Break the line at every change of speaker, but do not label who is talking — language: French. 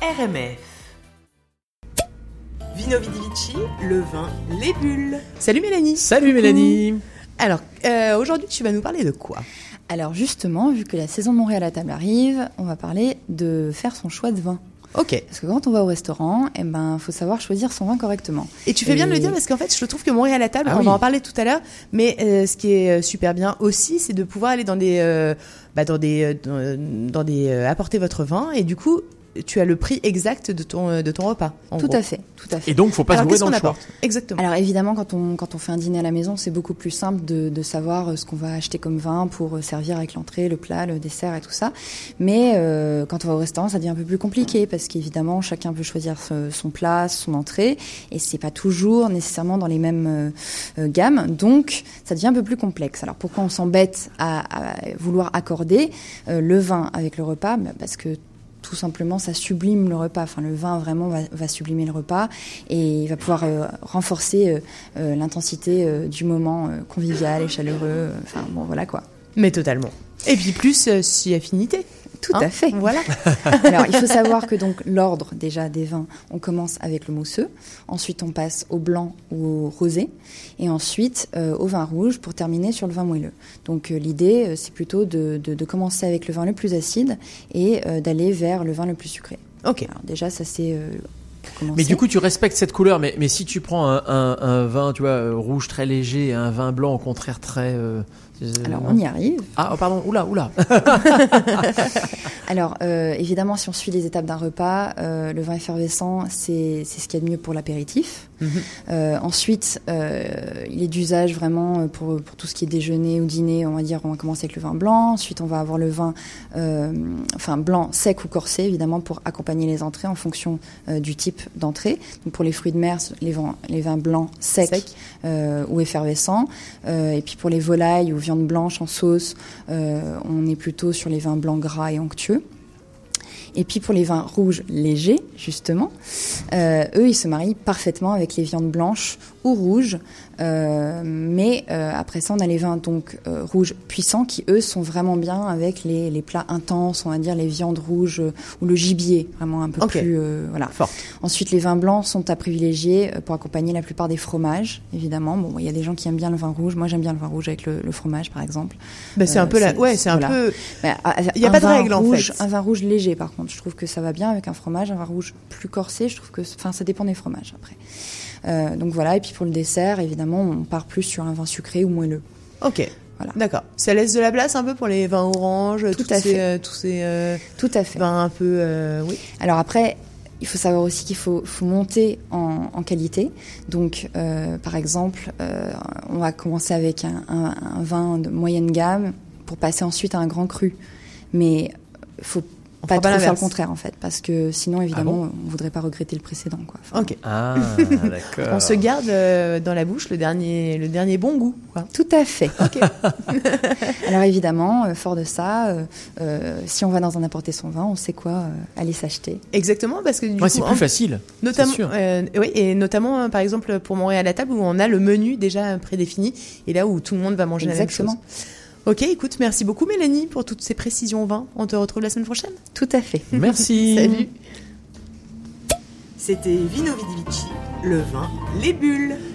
RMF. Vino Vidi Vici, le vin, les bulles.
Salut Mélanie
Salut Mélanie
Alors, euh, aujourd'hui, tu vas nous parler de quoi
Alors justement, vu que la saison de Montréal à table arrive, on va parler de faire son choix de vin.
Ok.
Parce que quand on va au restaurant, eh ben, faut savoir choisir son vin correctement.
Et tu fais bien de le
Et-
dire parce qu'en fait, je trouve que Montréal à table,
Ah
on
oui.
va en parler tout à l'heure, mais euh, ce qui est euh, super bien aussi, c'est de pouvoir aller dans des, euh, bah, dans des, euh, dans, dans des, euh, apporter votre vin et du coup, tu as le prix exact de ton, euh, de ton repas.
Tout à fait, tout à fait.
Et donc, faut pas
Alors,
se louer
qu'est-ce
dans
qu'on
le
apporte
short.
Exactement.
Alors évidemment, quand on, quand on fait un dîner à la maison, c'est beaucoup plus simple de, de savoir euh, ce qu'on va acheter comme vin pour euh, servir avec l'entrée, le plat, le dessert et tout ça. Mais euh, quand on va au restaurant, ça devient un peu plus compliqué parce qu'évidemment, chacun peut choisir euh, son plat, son entrée, et c'est pas toujours nécessairement dans les mêmes euh, euh, gammes. Donc, ça devient un peu plus complexe. Alors pourquoi on s'embête à, à vouloir accorder euh, le vin avec le repas Bah, Parce que tout simplement, ça sublime le repas. Enfin, le vin vraiment va, va sublimer le repas et il va pouvoir euh, renforcer euh, euh, l'intensité euh, du moment euh, convivial et chaleureux. Enfin, bon, voilà quoi.
Mais totalement. Et puis plus, euh, si affinité.
Tout
hein.
à fait.
Voilà.
Alors, il faut savoir que donc l'ordre déjà des vins, on commence avec le mousseux, ensuite on passe au blanc ou au rosé, et ensuite euh, au vin rouge pour terminer sur le vin moelleux. Donc euh, l'idée, euh, c'est plutôt de, de- de commencer avec le vin le plus acide et euh, d'aller vers le vin le plus sucré.
Ok.
Alors déjà, ça c'est euh, pour commencer.
Mais du coup, tu respectes cette couleur, mais, mais si tu prends un, un- un vin, tu vois, euh, rouge très léger et un vin blanc, au contraire, très. euh, euh,
alors on y arrive.
Ah, oh, pardon, oula, oula.
Alors, euh, évidemment, si on suit les étapes d'un repas, euh, le vin effervescent, c'est c'est ce qu'il y a de mieux pour l'apéritif. Euh, ensuite, euh, il est d'usage vraiment euh, pour, pour tout ce qui est déjeuner ou dîner. On va dire, on va commencer avec le vin blanc. Ensuite, on va avoir le vin, euh, enfin blanc sec ou corsé, évidemment, pour accompagner les entrées en fonction euh, du type d'entrée. Donc, pour les fruits de mer, ce- les vins, les vins blancs secs
Sec.
euh, ou effervescents. Euh, et puis pour les volailles ou viande blanche en sauce, euh, on est plutôt sur les vins blancs gras et onctueux. Et puis pour les vins rouges légers, justement, euh, eux, ils se marient parfaitement avec les viandes blanches ou rouges. Euh, mais euh, après ça, on a les vins donc euh, rouges puissants qui, eux, sont vraiment bien avec les, les plats intenses, on va dire les viandes rouges euh, ou le gibier, vraiment un peu
Ok.
plus euh, voilà.
Fort.
Ensuite, les vins blancs sont à privilégier euh, pour accompagner la plupart des fromages, évidemment. Bon, il y a des gens qui aiment bien le vin rouge. Moi, j'aime bien le vin rouge avec le, le fromage, par exemple.
Bah, c'est
Euh,
un peu la.
c'est-
Ouais, c'est un
voilà.
peu.
Mais, ah, ah,
Il y a
un
pas de
vin
règle, en
rouge-
fait.
Un vin rouge léger, par contre, je trouve que ça va bien avec un fromage, un vin rouge plus corsé. Je trouve que, enfin, ça dépend des fromages après. Euh, donc voilà. Et puis pour le dessert, évidemment, on part plus sur un vin sucré ou moelleux.
Ok.
Voilà.
D'accord. Ça laisse de la place un peu pour les vins oranges,
Tout
tous,
à
ces,
fait.
euh, tous ces euh,
Tout à fait.
vins un peu. euh, oui.
Alors après, il faut savoir aussi qu'il faut, faut monter en, en qualité. Donc, euh, par exemple, euh, on va commencer avec un, un- un vin de moyenne gamme pour passer ensuite à un grand cru. Mais faut
On
pas
fera pas
trop faire le
l'inverse. Ah
contraire en fait, parce que sinon, évidemment, on voudrait pas regretter le précédent. Quoi. Enfin,
Ok.
Ah, d'accord.
On se garde euh, dans la bouche le dernier, le dernier bon goût. Quoi.
Tout à fait. Alors évidemment, euh, fort de ça, euh, euh, si on va dans un apporter son vin, on sait quoi euh, aller s'acheter.
Exactement, parce que du
Ouais,
coup,
c'est
en-
plus facile.
notamment,
c'est sûr.
euh, oui, et notamment euh, par exemple pour Montréal à la table où on a le menu déjà prédéfini et là où tout le monde va manger la
Exactement.
même chose. Ok, écoute, merci beaucoup Mélanie pour toutes ces précisions vins. On te retrouve la semaine prochaine.
Tout à fait.
Merci.
Salut.
C'était Vino Vidi Vici, le vin, les bulles.